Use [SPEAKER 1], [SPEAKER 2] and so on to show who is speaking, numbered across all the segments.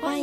[SPEAKER 1] 欢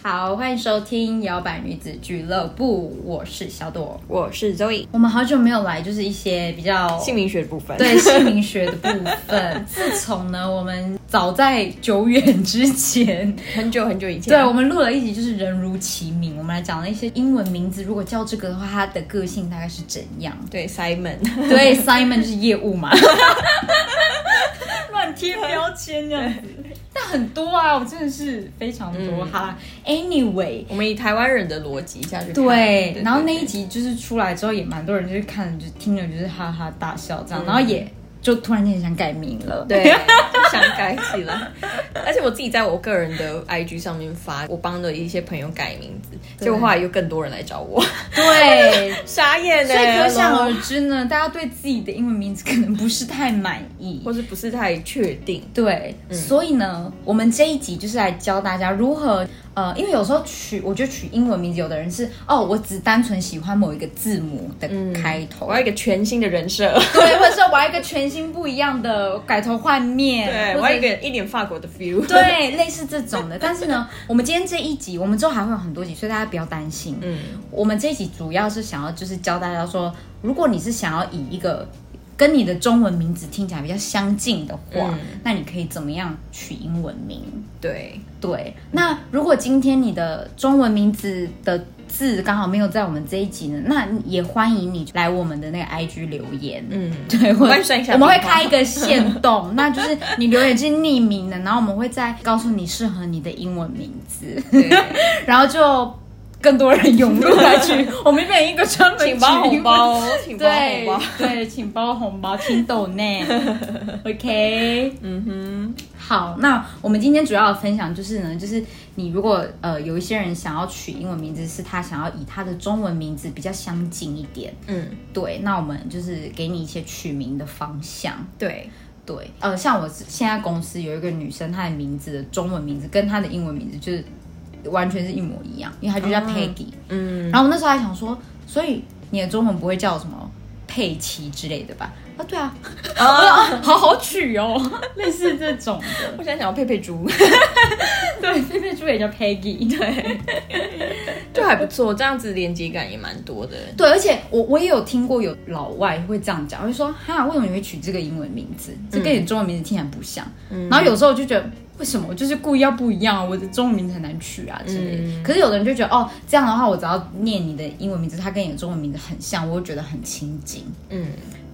[SPEAKER 2] 好，欢迎收听摇摆女子俱乐部，我是小朵。
[SPEAKER 1] 我是 Zoe，
[SPEAKER 2] 我们好久没有来，就是一些比较
[SPEAKER 1] 姓名学的部分。
[SPEAKER 2] 对姓名学的部分。自从呢，我们早在久远之 前，
[SPEAKER 1] 很久很久以前。
[SPEAKER 2] 对我们录了一集，就是人如其名，我们来讲了一些英文名字，如果叫这个的话，它的个性大概是怎样？
[SPEAKER 1] 对 Simon，
[SPEAKER 2] 对，Simon 就是业务嘛，乱贴标签这样 子。但很多啊，我真的是非常多。
[SPEAKER 1] 嗯
[SPEAKER 2] 好啦，Anyway，
[SPEAKER 1] 我们以台湾人的逻辑下去看。
[SPEAKER 2] 对，然后那一集
[SPEAKER 1] 集
[SPEAKER 2] 就是出来之后，也蛮多人就是看，就是听了就是哈哈大笑这样，然后也就突然间很想改名了。
[SPEAKER 1] 对，就想改起来。 而且我自己在我个人的 IG 上面发，我帮了一些朋友改名字，
[SPEAKER 2] 对
[SPEAKER 1] 结果后来又更多人来找我，
[SPEAKER 2] 对，
[SPEAKER 1] 傻眼欸
[SPEAKER 2] 所以可
[SPEAKER 1] 呢、
[SPEAKER 2] 想而知呢，大家对自己的英文名字可能不是太满意
[SPEAKER 1] 或。是不是太确定。
[SPEAKER 2] 对，
[SPEAKER 1] 嗯
[SPEAKER 2] 所以呢，我们这一集就是来教大家如何呃，因为有时候取，我觉得取英文名字，有的人是哦，我只单纯喜欢某一个字母的开头，
[SPEAKER 1] 我要一个全新的人设，
[SPEAKER 2] 对，或者是玩一个全新不一样的改头换面，
[SPEAKER 1] 对
[SPEAKER 2] 或
[SPEAKER 1] 我
[SPEAKER 2] 者
[SPEAKER 1] 要一个一点法国的 feel。
[SPEAKER 2] 对，类似这种的。但是呢，我们今天这一集，我们之后还会有很多集，所以大家不要担心。
[SPEAKER 1] 嗯，
[SPEAKER 2] 我们这一集主要是想要就是教大家说，如果你是想要以一个跟你的中文名字听起来比较相近的话，
[SPEAKER 1] 嗯
[SPEAKER 2] 那你可以怎么样取英文名？
[SPEAKER 1] 对，
[SPEAKER 2] 对，那如果今天你的中文名字的字刚好没有在我们这一集呢，那也欢迎你来我们的那个 IG 留言。
[SPEAKER 1] 嗯，
[SPEAKER 2] 对，我
[SPEAKER 1] 我帮你算一下
[SPEAKER 2] 我们会
[SPEAKER 1] 编号
[SPEAKER 2] 开一个限动，那就是你留言是匿名的，然后我们会再告诉你适合你的英文名字，
[SPEAKER 1] 对，
[SPEAKER 2] 然后就更多人涌入来去， 我们变成一个专门
[SPEAKER 1] 请包
[SPEAKER 2] 取
[SPEAKER 1] 红
[SPEAKER 2] 英文
[SPEAKER 1] 包哦，请包 红
[SPEAKER 2] 对
[SPEAKER 1] 包。
[SPEAKER 2] 对，请包红包，请抖 内，OK，嗯哼，好，那我们今天主要的分享就是呢，就是你如果呃有一些人想要取英文名字，是他想要以他的中文名字比较相近一点，
[SPEAKER 1] 嗯，
[SPEAKER 2] 对，那我们就是给你一些取名的方向，
[SPEAKER 1] 对，
[SPEAKER 2] 对，呃，像我现在公司有一个女生，她的名字的中文名字跟她的英文名字就是完全是一模一样，因为她就叫 Peggy，、
[SPEAKER 1] 嗯，
[SPEAKER 2] 然后我那时候还想说，所以你的中文不会叫什么佩奇之类的吧？啊，对啊，啊， 好好取哦， 类似这种的。
[SPEAKER 1] 我现在想要佩佩猪，
[SPEAKER 2] 对，佩佩猪也叫 Peggy，对
[SPEAKER 1] 就还不错，这样子连接感也蛮多的。
[SPEAKER 2] 对，而且我我也有听过有老外会这样讲，会说哈，为什么你会取这个英文名字？这
[SPEAKER 1] 嗯
[SPEAKER 2] 跟你中文名字听起来不像。然后有时候我就觉得。为什么我就是故意要不一样啊？我的中文名字很难取啊之类的。
[SPEAKER 1] 嗯
[SPEAKER 2] 可是有的人就觉得哦，这样的话我只要念你的英文名字，它跟你的中文名字很像，我会觉得很亲近。
[SPEAKER 1] 嗯，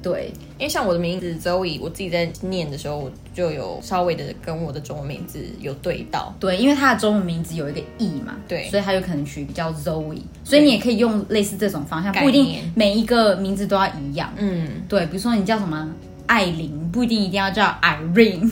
[SPEAKER 2] 对，
[SPEAKER 1] 因为像我的名字 Zoe，我自己在念的时候，我就有稍微的跟我的中文名字有对到。
[SPEAKER 2] 对，因为它的中文名字有一个 e 嘛，
[SPEAKER 1] 对
[SPEAKER 2] 所以它有可能取一个叫 Zoe，所以你也可以用类似这种方向，不一
[SPEAKER 1] 概
[SPEAKER 2] 定
[SPEAKER 1] 念
[SPEAKER 2] 每一个名字都要一样。
[SPEAKER 1] 嗯，
[SPEAKER 2] 对，比如说你叫什么艾琳，不一定一定要叫 Irene，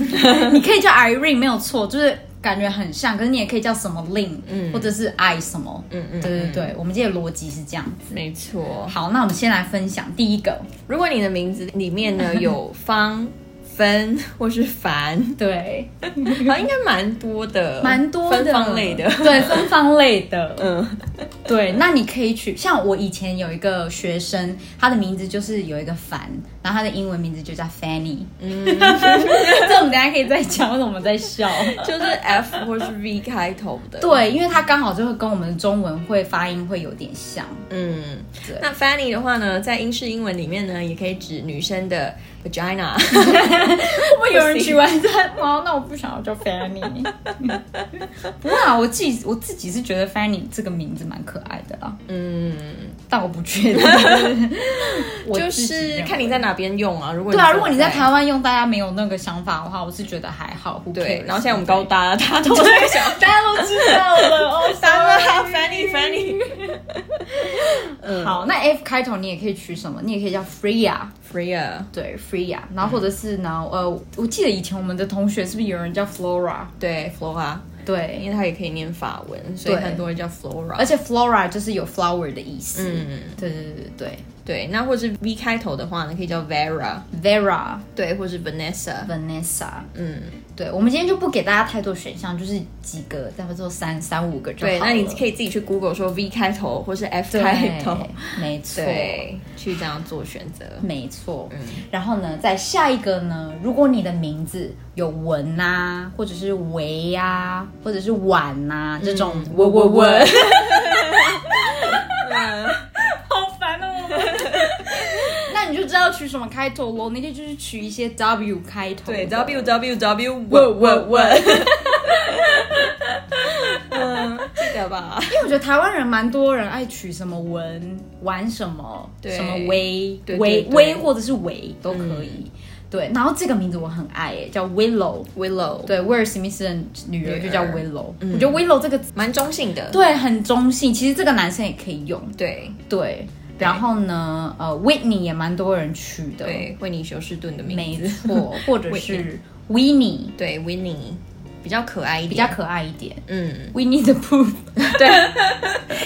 [SPEAKER 2] 你 可以叫 Irene 没有错，就是感觉很像，可是你也可以叫什么 Lin，
[SPEAKER 1] 嗯
[SPEAKER 2] 或者是 I 什么，
[SPEAKER 1] 嗯嗯
[SPEAKER 2] 对对对，我们这些逻辑是这样子。
[SPEAKER 1] 没错。
[SPEAKER 2] 好，那我们先来分享第一个，
[SPEAKER 1] 如果你的名字里面呢有方、芬 或是凡，
[SPEAKER 2] 对，
[SPEAKER 1] 好像应该蛮多的，
[SPEAKER 2] 蛮多的
[SPEAKER 1] 芬芳 哦类的。
[SPEAKER 2] 对，芬芳类的，
[SPEAKER 1] 嗯，
[SPEAKER 2] 对，那你可以取像我以前有一个学生，他的名字就是有一个凡，然后他的英文名字就叫 Fanny。嗯， 这我们等一下可以再讲，为什么我们在笑？
[SPEAKER 1] 就是 F 或是 V 开头的。，
[SPEAKER 2] 对，因为他刚好就会跟我们的中文会发音会有点 像。
[SPEAKER 1] 嗯
[SPEAKER 2] 对，
[SPEAKER 1] 那 Fanny 的话呢，在英式英文里面呢，也可以指女生的 vagina。
[SPEAKER 2] 会不会有人取完再猫？哦那我不想要叫 Fanny。不会啊，我自己我自己是觉得 Fanny 这个名字蛮可爱的啦，
[SPEAKER 1] 嗯，
[SPEAKER 2] 但我不确定。 我
[SPEAKER 1] 就
[SPEAKER 2] 自己
[SPEAKER 1] 是
[SPEAKER 2] 认
[SPEAKER 1] 看
[SPEAKER 2] 为
[SPEAKER 1] 你在哪边用啊。如果
[SPEAKER 2] 对啊，如果你在
[SPEAKER 1] 台。
[SPEAKER 2] 台湾用，大家没有那个想法的话，我是觉得还好。who
[SPEAKER 1] 对
[SPEAKER 2] cares，
[SPEAKER 1] 然后现在我们 高搭，大家都在想，
[SPEAKER 2] 大家都知道了 哦。
[SPEAKER 1] 大家都在 Fanny Fanny
[SPEAKER 2] 好，那 F 开头你也可以取什么？你也可以叫 Freya，
[SPEAKER 1] Freya，
[SPEAKER 2] 对 Freya，然后或者
[SPEAKER 1] 嗯
[SPEAKER 2] 是呢，呃，我记得以前我们的同学是不是有人叫 Flora？
[SPEAKER 1] 对 Flora，因
[SPEAKER 2] 对，
[SPEAKER 1] 为它也可以念法文，所以
[SPEAKER 2] 对
[SPEAKER 1] 很多人叫 Flora。
[SPEAKER 2] 而且 Flora 就是有 flower 的意思。
[SPEAKER 1] 嗯，
[SPEAKER 2] 对对对对对。
[SPEAKER 1] 对，那或是 V 开头的话呢，可以叫 Vera，
[SPEAKER 2] Vera、
[SPEAKER 1] 对，或是 Vanessa，
[SPEAKER 2] Vanessa，
[SPEAKER 1] 嗯，
[SPEAKER 2] 对，我们今天就不给大家太多选项，就是几个，差不多三三五个就好
[SPEAKER 1] 对，那你可
[SPEAKER 2] 以
[SPEAKER 1] 以自己去 Google 说 V 开头或是 F 开 头，，
[SPEAKER 2] 没错，
[SPEAKER 1] 对，嗯去这样做选择。
[SPEAKER 2] 没错。然后呢，在下一个呢，如果你的名字有文啊，或者是维啊，或者是婉啊这种
[SPEAKER 1] 嗯
[SPEAKER 2] 文文文，嗯 好烦哦。那你就知道取什么开头喽，你可以就是取一些 W 开头的，
[SPEAKER 1] 对，W W W
[SPEAKER 2] 问问
[SPEAKER 1] 问问
[SPEAKER 2] 问
[SPEAKER 1] 问，嗯，记得吧？
[SPEAKER 2] 因为我觉得台湾人蛮多人爱取什么文玩什么，
[SPEAKER 1] 对
[SPEAKER 2] 什么微
[SPEAKER 1] 对
[SPEAKER 2] 微
[SPEAKER 1] 对嗯对
[SPEAKER 2] 微或者是维都可以。对，然后这个名字我很爱耶，叫 Willow。
[SPEAKER 1] Willow，对，
[SPEAKER 2] 对，威尔史密斯的女儿就叫
[SPEAKER 1] 女儿
[SPEAKER 2] Willow。我觉得 Willow 这个字
[SPEAKER 1] 蛮中性的，
[SPEAKER 2] 对很中性，其实这个男生也可以用。
[SPEAKER 1] 对
[SPEAKER 2] 对，然后呢，呃，Whitney 也蛮多人取的，
[SPEAKER 1] 对，惠妮休斯顿的名
[SPEAKER 2] 没
[SPEAKER 1] 字，
[SPEAKER 2] 错， 或者是 Winnie
[SPEAKER 1] 对 w i n n i e 比较可爱一点，
[SPEAKER 2] 比较可爱一点
[SPEAKER 1] 嗯，
[SPEAKER 2] ，Winnie 的 Pooh。
[SPEAKER 1] 对。哎，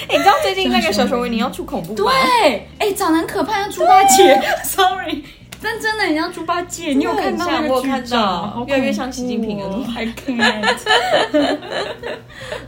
[SPEAKER 1] 你知道最近那个小熊维尼要出恐怖
[SPEAKER 2] 对，哎、长得很可怕，像猪八戒。Sorry，但真的很像猪八戒。你有
[SPEAKER 1] 对
[SPEAKER 2] 看到那
[SPEAKER 1] 很像
[SPEAKER 2] 个
[SPEAKER 1] 我有
[SPEAKER 2] 剧
[SPEAKER 1] 看
[SPEAKER 2] 照
[SPEAKER 1] 到
[SPEAKER 2] 好
[SPEAKER 1] 越来越
[SPEAKER 2] 恐
[SPEAKER 1] 像习近平了
[SPEAKER 2] 怖哦
[SPEAKER 1] 怎么
[SPEAKER 2] I can't。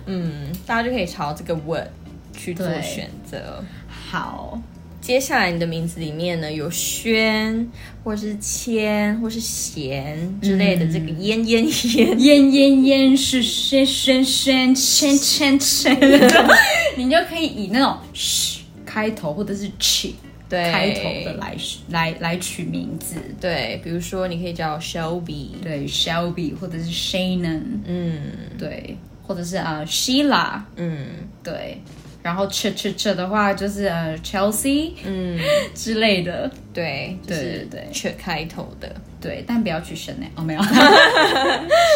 [SPEAKER 1] 嗯，大家就可以朝这个 word 去做
[SPEAKER 2] 对
[SPEAKER 1] 选择。
[SPEAKER 2] 好，
[SPEAKER 1] 接下来你的名字里面呢有轩，或是谦，或是贤之类的，这个嫣嫣嫣，
[SPEAKER 2] 烟烟烟是轩轩轩轩轩轩， 你就可以以那种嘘开头或者是起
[SPEAKER 1] 对，
[SPEAKER 2] 开头的。来来来取名字。
[SPEAKER 1] 对，比如说你可以叫 Shelby，
[SPEAKER 2] 对，Shelby 或者是 Shannon，
[SPEAKER 1] 嗯
[SPEAKER 2] 对，或者是呃 Sheila，
[SPEAKER 1] 嗯
[SPEAKER 2] 对。然后 ch ch ch 的话就是呃 Chelsea
[SPEAKER 1] 嗯，
[SPEAKER 2] 之类的，
[SPEAKER 1] 对，就
[SPEAKER 2] 对
[SPEAKER 1] 是
[SPEAKER 2] 对对
[SPEAKER 1] ch 开头的
[SPEAKER 2] 对，但不要去 Chanel 哦，没 有，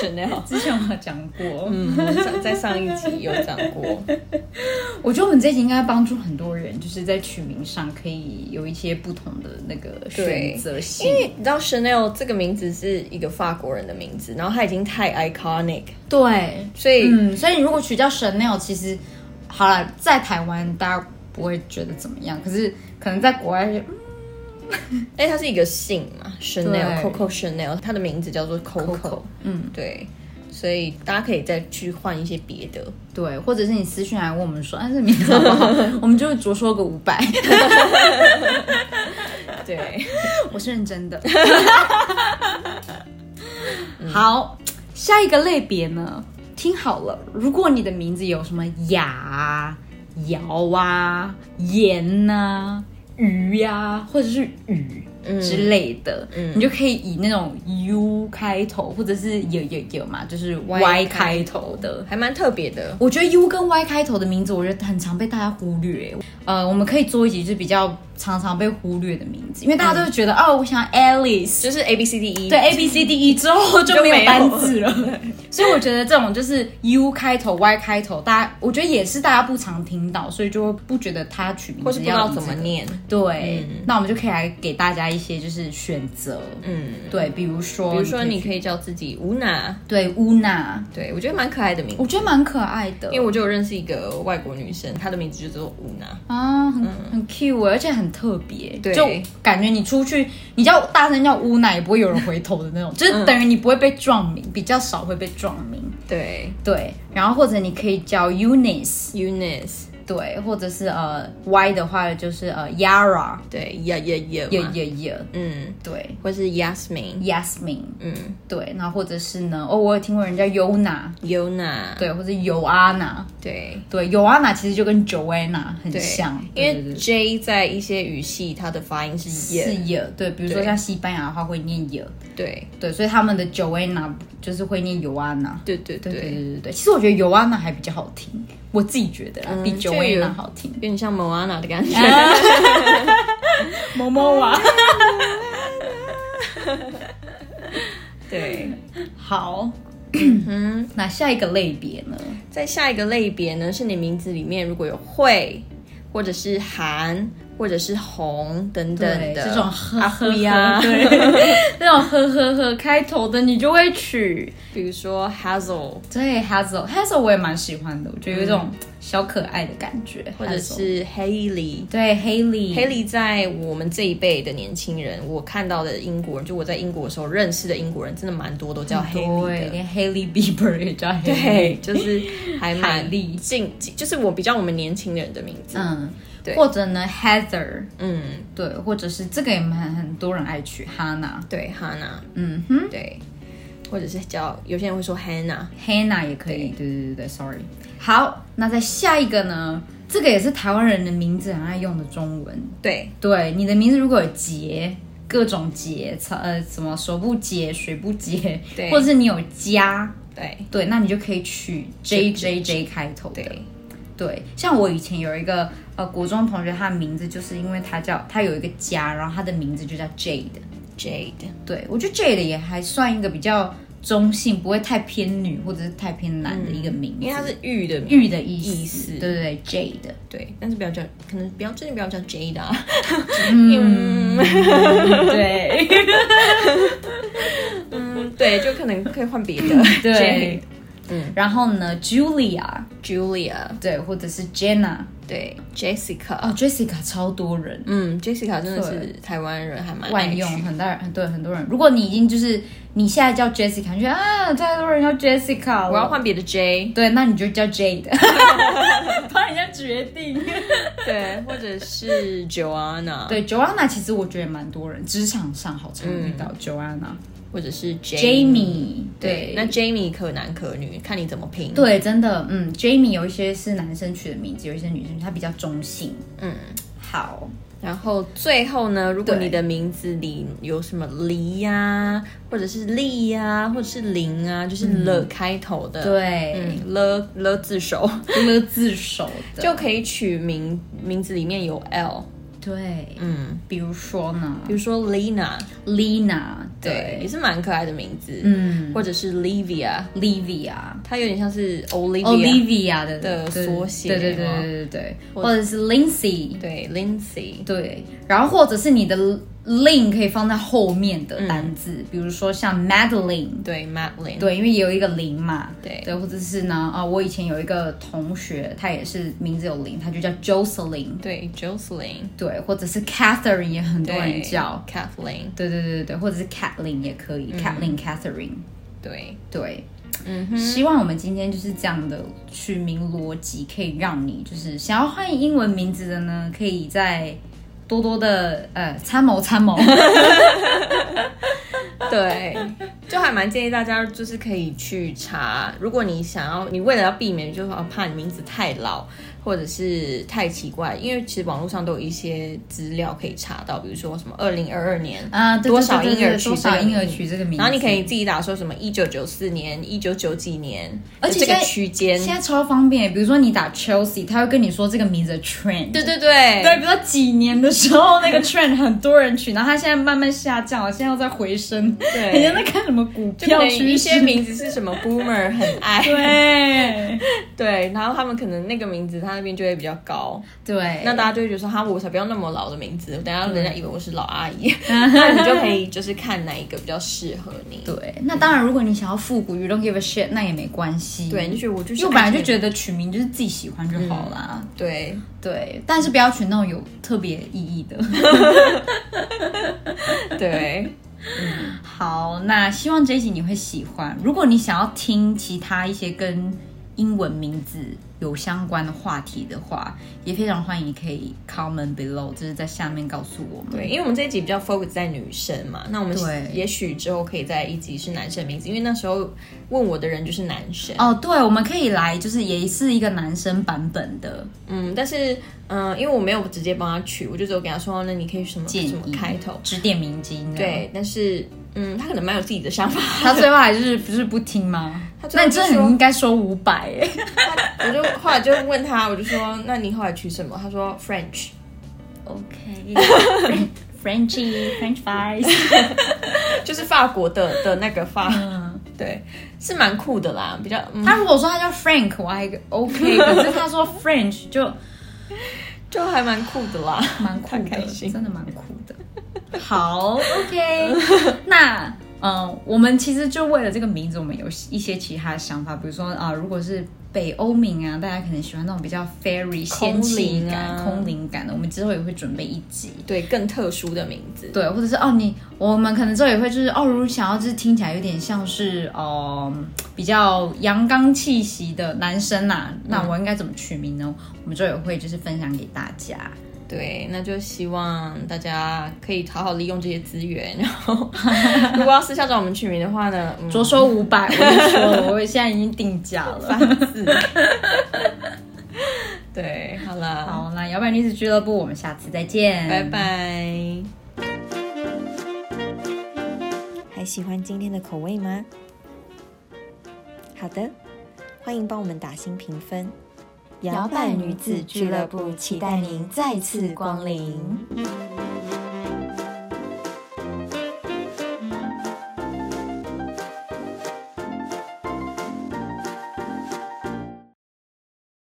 [SPEAKER 1] Chanel。
[SPEAKER 2] 之前我讲过，
[SPEAKER 1] 嗯，在在上一集有讲过，
[SPEAKER 2] 我觉得我们这集应该帮助很多人，就是在取名上可以有一些不同的那个选择性
[SPEAKER 1] 因。为你知道 Chanel 这个名字是一个法国人的名字，然后他已经太 iconic，
[SPEAKER 2] 对，
[SPEAKER 1] 所以、
[SPEAKER 2] 嗯，所以如果取叫 Chanel，其实好了，在台湾大家不会觉得怎么样，可是可能在国外就，嗯
[SPEAKER 1] 哎，它是一个姓嘛
[SPEAKER 2] 对
[SPEAKER 1] ，Chanel Coco Chanel，它的名字叫做 Coco，,
[SPEAKER 2] Coco，嗯，
[SPEAKER 1] 对，所以大家可以再去换一些别的，
[SPEAKER 2] 对，或者是你私讯来问我们说，啊，这名字好不好？我们就着说个五百，
[SPEAKER 1] 对，
[SPEAKER 2] 我是认真的。好，下一个类别呢？听好了，如果你的名字有什么雅啊、瑶啊、盐呐、鱼呀、或者是雨之类的，你就可以以那种 U 开头，或者是有有有嘛，就是
[SPEAKER 1] Y
[SPEAKER 2] Y
[SPEAKER 1] 开
[SPEAKER 2] 开头的。
[SPEAKER 1] 还蛮特别的，
[SPEAKER 2] 我觉得 U 跟 Y 开头的名字，我觉得很常被大家忽略。呃，我们可以做一集就是比较常常被忽略的名字，因为大家都会觉得、哦，我想 Alice，
[SPEAKER 1] 就是 A B C D E，
[SPEAKER 2] 对 A B C D E 之后就
[SPEAKER 1] 就
[SPEAKER 2] 没
[SPEAKER 1] 没
[SPEAKER 2] 有
[SPEAKER 1] 有
[SPEAKER 2] 单字了。 所以我觉得这种就是 U 开头、Y 开头，大家我觉得也是大家不常听到，所以就不觉得它取名
[SPEAKER 1] 或是
[SPEAKER 2] 字
[SPEAKER 1] 不知
[SPEAKER 2] 要
[SPEAKER 1] 道
[SPEAKER 2] 以这
[SPEAKER 1] 怎么
[SPEAKER 2] 个。
[SPEAKER 1] 念，
[SPEAKER 2] 对，那我们就可以来给大家一些就是选择，
[SPEAKER 1] 嗯，
[SPEAKER 2] 对，比如说，
[SPEAKER 1] 比如说你
[SPEAKER 2] 以
[SPEAKER 1] 可以叫自己吴娜，
[SPEAKER 2] 对 Una，
[SPEAKER 1] 对我觉得蛮可爱的名字
[SPEAKER 2] 我，觉得蛮可爱的，
[SPEAKER 1] 因为我就有认识一个外国女生，她的名字就叫做吴娜，
[SPEAKER 2] 啊，很、很 cute，而且很特别，
[SPEAKER 1] 嗯对
[SPEAKER 2] 就感觉你出去，你叫大声叫乌奶也不会有人回头的那 种，
[SPEAKER 1] 嗯
[SPEAKER 2] 就是等于你不会被撞名，比较少会被撞名。
[SPEAKER 1] 对
[SPEAKER 2] 对，然后或者你可以叫 Eunice，
[SPEAKER 1] ，Eunice，
[SPEAKER 2] 对，或者是呃 Y 的话就是呃 Yara，
[SPEAKER 1] 对，Yeah Yeah
[SPEAKER 2] 也
[SPEAKER 1] Yeah，嘛
[SPEAKER 2] 也也，
[SPEAKER 1] 嗯，
[SPEAKER 2] 对
[SPEAKER 1] 或是 Yasmin，
[SPEAKER 2] ，Yasmin，
[SPEAKER 1] 嗯
[SPEAKER 2] 对，那或者是呢，哦，我有听过人叫 Yona，
[SPEAKER 1] ，Yona，
[SPEAKER 2] 对，或者 Yoana，
[SPEAKER 1] 对。
[SPEAKER 2] 对，Yoana 其实就跟 Joanna 很
[SPEAKER 1] 对，
[SPEAKER 2] 像，
[SPEAKER 1] 因
[SPEAKER 2] 对对
[SPEAKER 1] 为
[SPEAKER 2] 对
[SPEAKER 1] J 在一些语系它的发音是
[SPEAKER 2] 是
[SPEAKER 1] y
[SPEAKER 2] y 对，比如说
[SPEAKER 1] 对
[SPEAKER 2] 像西班牙的话会念 y
[SPEAKER 1] 对
[SPEAKER 2] 对，所以他们的 Joanna 就是会念 Joanna。
[SPEAKER 1] 对对对
[SPEAKER 2] 对对对对对，其实我觉得 Joanna 还比较好听，我自己觉得啦、啊
[SPEAKER 1] 嗯
[SPEAKER 2] 比
[SPEAKER 1] 就有
[SPEAKER 2] Joanna 好听
[SPEAKER 1] 有。点像 Moana 的感觉。
[SPEAKER 2] 啊某某啊，
[SPEAKER 1] 对，
[SPEAKER 2] 好。嗯那下一个类别呢？
[SPEAKER 1] 在下一个类别呢，是你名字里面如果有会，或者是韩，或者是红等等
[SPEAKER 2] 对，
[SPEAKER 1] 的
[SPEAKER 2] 这种呵
[SPEAKER 1] 阿
[SPEAKER 2] 呵
[SPEAKER 1] 呼呀
[SPEAKER 2] 呵，，对， 这种呵呵呵开头的你就会取。
[SPEAKER 1] 比如说 Hazel
[SPEAKER 2] 对，Hazel，Hazel 我也蛮喜欢的，我觉得有一种小可爱的感觉，
[SPEAKER 1] 或者
[SPEAKER 2] Hazel
[SPEAKER 1] 是 Haley。
[SPEAKER 2] 对 Haley，
[SPEAKER 1] 黑莉在我们这一辈的年轻人，我看到的英国人，就我在英国的时候认识的英国人，真的蛮多都
[SPEAKER 2] 哦
[SPEAKER 1] 叫黑莉
[SPEAKER 2] 对，
[SPEAKER 1] 的。
[SPEAKER 2] 连 Haley Bieber 也叫 Haley，
[SPEAKER 1] 对，就是 还
[SPEAKER 2] 海
[SPEAKER 1] 蛮
[SPEAKER 2] 莉
[SPEAKER 1] 近，近就是我比较我们年轻人的名字。
[SPEAKER 2] 嗯，
[SPEAKER 1] 对
[SPEAKER 2] 或者呢 Heather，
[SPEAKER 1] 嗯，
[SPEAKER 2] 对，或者是这个也蛮很多人爱取 Hannah，
[SPEAKER 1] 对，Hannah，
[SPEAKER 2] 嗯哼
[SPEAKER 1] 对，或者是叫有些人会说 Hannah，
[SPEAKER 2] ，Hannah 也可以，对对对对，Sorry。好，那在下一个呢，这个也是台湾人的名字很爱用的中文，
[SPEAKER 1] 对，
[SPEAKER 2] 对，你的名字如果有节，各种节，草呃，什么手不节、水不节，
[SPEAKER 1] 对
[SPEAKER 2] 或者是你有家，
[SPEAKER 1] 对，
[SPEAKER 2] 对，那你就可以取嗯 J J J 开头的。
[SPEAKER 1] 对
[SPEAKER 2] 对，像我以前有一个呃国中同学，他的名字就是因为他叫他有一个家，然后他的名字就叫 Jade。
[SPEAKER 1] ，Jade，
[SPEAKER 2] 对我觉得 Jade 也还算一个比较中性，不会太偏女或者是太偏男的一个名字，
[SPEAKER 1] 因为它是玉的名，
[SPEAKER 2] 玉的意思。
[SPEAKER 1] 意思
[SPEAKER 2] 对对对，Jade。
[SPEAKER 1] 对，但是不要叫，可能不要真的不要叫 Jade 啊，
[SPEAKER 2] 对
[SPEAKER 1] 嗯，对，就可能可以换 别的
[SPEAKER 2] 对
[SPEAKER 1] Jade，
[SPEAKER 2] 嗯，然后呢，Julia。
[SPEAKER 1] ，Julia，
[SPEAKER 2] 对，或者是 Jenna
[SPEAKER 1] 对，Jessica，
[SPEAKER 2] 哦，Jessica 超多人
[SPEAKER 1] 嗯，Jessica 真的是
[SPEAKER 2] 对
[SPEAKER 1] 台湾人还蛮爱
[SPEAKER 2] 万用，
[SPEAKER 1] 取
[SPEAKER 2] 很多人很对很多人。如果你已经就是你现在叫 Jessica，你觉得啊太多人叫 Jessica，了
[SPEAKER 1] 我要。换别的 J，
[SPEAKER 2] 对，那你就叫 Jade，帮人家决定。
[SPEAKER 1] 对，或者 是 Joanna，，
[SPEAKER 2] 对，Joanna 其实我觉得蛮多人，职场上好常遇到 Joanna、
[SPEAKER 1] 或者是 Jamie。
[SPEAKER 2] Jamie，对，
[SPEAKER 1] 那 Jamie 可男可女，看你怎么拼。，
[SPEAKER 2] 对，真的，嗯，Jamie 有一些是男生取的名字，有一些女生取，她比较中性。
[SPEAKER 1] 嗯，
[SPEAKER 2] 好，
[SPEAKER 1] 然后最后呢，如果
[SPEAKER 2] 对
[SPEAKER 1] 你的名字里有什么黎呀、或者是丽呀、或者是林啊，就是了开头的，，
[SPEAKER 2] 对，
[SPEAKER 1] 嗯，了了字首，
[SPEAKER 2] 了字首的，
[SPEAKER 1] 就可以取名名字里面有 L，
[SPEAKER 2] 对，
[SPEAKER 1] 嗯，
[SPEAKER 2] 比如说呢
[SPEAKER 1] 比如说 Lina，
[SPEAKER 2] ，Lina，
[SPEAKER 1] 对，也
[SPEAKER 2] 对，
[SPEAKER 1] 是蛮可爱的名字，，
[SPEAKER 2] 嗯
[SPEAKER 1] 或者是 Livia，
[SPEAKER 2] ，Livia。
[SPEAKER 1] 它有点像是 Olivia，,
[SPEAKER 2] Olivia 的
[SPEAKER 1] 的
[SPEAKER 2] 对
[SPEAKER 1] 缩写
[SPEAKER 2] 对对对
[SPEAKER 1] 吗
[SPEAKER 2] 对对对，或者是 Lindsay，
[SPEAKER 1] 对，Lindsay，
[SPEAKER 2] 对，然后或者是你的 Lin 可以放在后面
[SPEAKER 1] 嗯
[SPEAKER 2] 的单字，比如说像 Madeline，
[SPEAKER 1] 对，Madeline，
[SPEAKER 2] 对，因为也有一个零嘛，
[SPEAKER 1] 对
[SPEAKER 2] 对，或者是呢，啊、我以前有一个同学，他也是名字有零，他就叫 Jocelyn，
[SPEAKER 1] 对，Jocelyn，
[SPEAKER 2] 对，或者是 Catherine 也很多人叫，
[SPEAKER 1] Kathleen，
[SPEAKER 2] 对嗯对对对对，或者是 Catlin 也可以、c a t l i n Catherine，
[SPEAKER 1] 对，
[SPEAKER 2] 对，
[SPEAKER 1] 嗯哼。
[SPEAKER 2] 希望我们今天就是这样的取名逻辑，可以让你就是想要换英文名字的呢，可以再多多的呃参谋参 谋。
[SPEAKER 1] 对，就还蛮建议大家就是可以去查，如果你想要，你为了要避免就是啊怕你名字太老或者是太奇怪，因为其实网络上都有一些资料可以查到，比如说什么二零二二年。
[SPEAKER 2] 啊，对对对
[SPEAKER 1] 多少婴儿
[SPEAKER 2] 对对
[SPEAKER 1] 取
[SPEAKER 2] 多少
[SPEAKER 1] 这个
[SPEAKER 2] 婴儿
[SPEAKER 1] 名字
[SPEAKER 2] 取这个名字，
[SPEAKER 1] 然后你可以自己打说什么一九九四年、一九九几年，
[SPEAKER 2] 而且
[SPEAKER 1] 这个
[SPEAKER 2] 现在
[SPEAKER 1] 区间，
[SPEAKER 2] 现在超方便，比如说你打 Chelsea，他会跟你说这个名字的 trend。
[SPEAKER 1] 对对对
[SPEAKER 2] 对，比如说几年的时候，那个 trend 很多人取，然后它现在慢慢下降了，现在又在回升。
[SPEAKER 1] 对
[SPEAKER 2] 你在看什么股
[SPEAKER 1] 就可
[SPEAKER 2] 票
[SPEAKER 1] 能
[SPEAKER 2] 趋势？
[SPEAKER 1] 一些名字是什么 boomer 很 爱，
[SPEAKER 2] 对
[SPEAKER 1] 对，然后他们可能那个名字他那边就会比较高，
[SPEAKER 2] 对，
[SPEAKER 1] 那大家就会觉得说，哈，我才不要那么老的名字，等下人家以为我是老阿 姨，那你就可以就是看哪一个比较适合你。
[SPEAKER 2] 对，那当然，如果你想要复古，you don't give a shit，那也没关系。
[SPEAKER 1] 对，你就觉得我就是
[SPEAKER 2] 因为我本来就觉得取名就是自己喜欢就好啦。
[SPEAKER 1] 嗯对，
[SPEAKER 2] 对，但是不要取那种有特别意义的。
[SPEAKER 1] 对，
[SPEAKER 2] 好，那希望这一集你会喜欢。如果你想要听其他一些跟英文名字有相关的话题的话，也非常欢迎你可以 comment below，就是在下面告诉我们。
[SPEAKER 1] 对，因为我们这一集比较 focus 在女生嘛，那我们
[SPEAKER 2] 对
[SPEAKER 1] 也许之后可以在一集是男生的名字，因为那时候问我的人就是男生，
[SPEAKER 2] 哦，对，我们可以来，就是也是一个男生版本的，
[SPEAKER 1] 嗯，但是嗯、呃因为我没有直接帮他取，我就只有给他说，那你可以什么
[SPEAKER 2] 建议
[SPEAKER 1] 什么开头，
[SPEAKER 2] 指点迷津。，
[SPEAKER 1] 对，但是嗯，他可能蛮有自己的想法，
[SPEAKER 2] 他最后还是不是不听吗？
[SPEAKER 1] 最
[SPEAKER 2] 那
[SPEAKER 1] 后
[SPEAKER 2] 你
[SPEAKER 1] 就
[SPEAKER 2] 真的
[SPEAKER 1] 说
[SPEAKER 2] 很应该收五百哎。
[SPEAKER 1] 我就后来就问他，我就说，那你后来取什么？他说 French。
[SPEAKER 2] OK。Frenchy French fries，
[SPEAKER 1] 就是法国的的那个法，
[SPEAKER 2] 嗯
[SPEAKER 1] 对，是蛮酷的啦，比较、嗯、
[SPEAKER 2] 他如果说他叫 Frank，我还 OK，可是他说 French 就
[SPEAKER 1] 就还蛮酷的啦。
[SPEAKER 2] 蛮酷
[SPEAKER 1] 太开
[SPEAKER 2] 的，
[SPEAKER 1] 心
[SPEAKER 2] 真的蛮酷的。好，OK，那嗯、呃我们其实就为了这个名字，我们有一些其他的想法，比如说啊、如果是北欧名啊，大家可能喜欢那种比较 fairy 仙气感、
[SPEAKER 1] 啊
[SPEAKER 2] 空灵感的，我们之后也会准备一集。
[SPEAKER 1] 对，更特殊的名字，
[SPEAKER 2] 对，或者是哦，你我们可能之后也会就是哦，如果想要就是听起来有点像是哦、比较阳刚气息的男生呐、那我应该怎么取名呢？我们之后也会就是分享给大家。
[SPEAKER 1] 对，那就希望大家可以好好利用这些资源。然 后，如果要私下找我们取名的话呢，嗯，
[SPEAKER 2] 着收五百，我跟你说了，我现在已经定价了。
[SPEAKER 1] 字。对，好了，
[SPEAKER 2] 好，那摇摆女子俱乐部，我们下次再见，
[SPEAKER 1] 拜拜。
[SPEAKER 3] 还喜欢今天的口味吗？好的，欢迎帮我们打新评分。
[SPEAKER 4] 摇摆女子俱乐部期待您再次光临。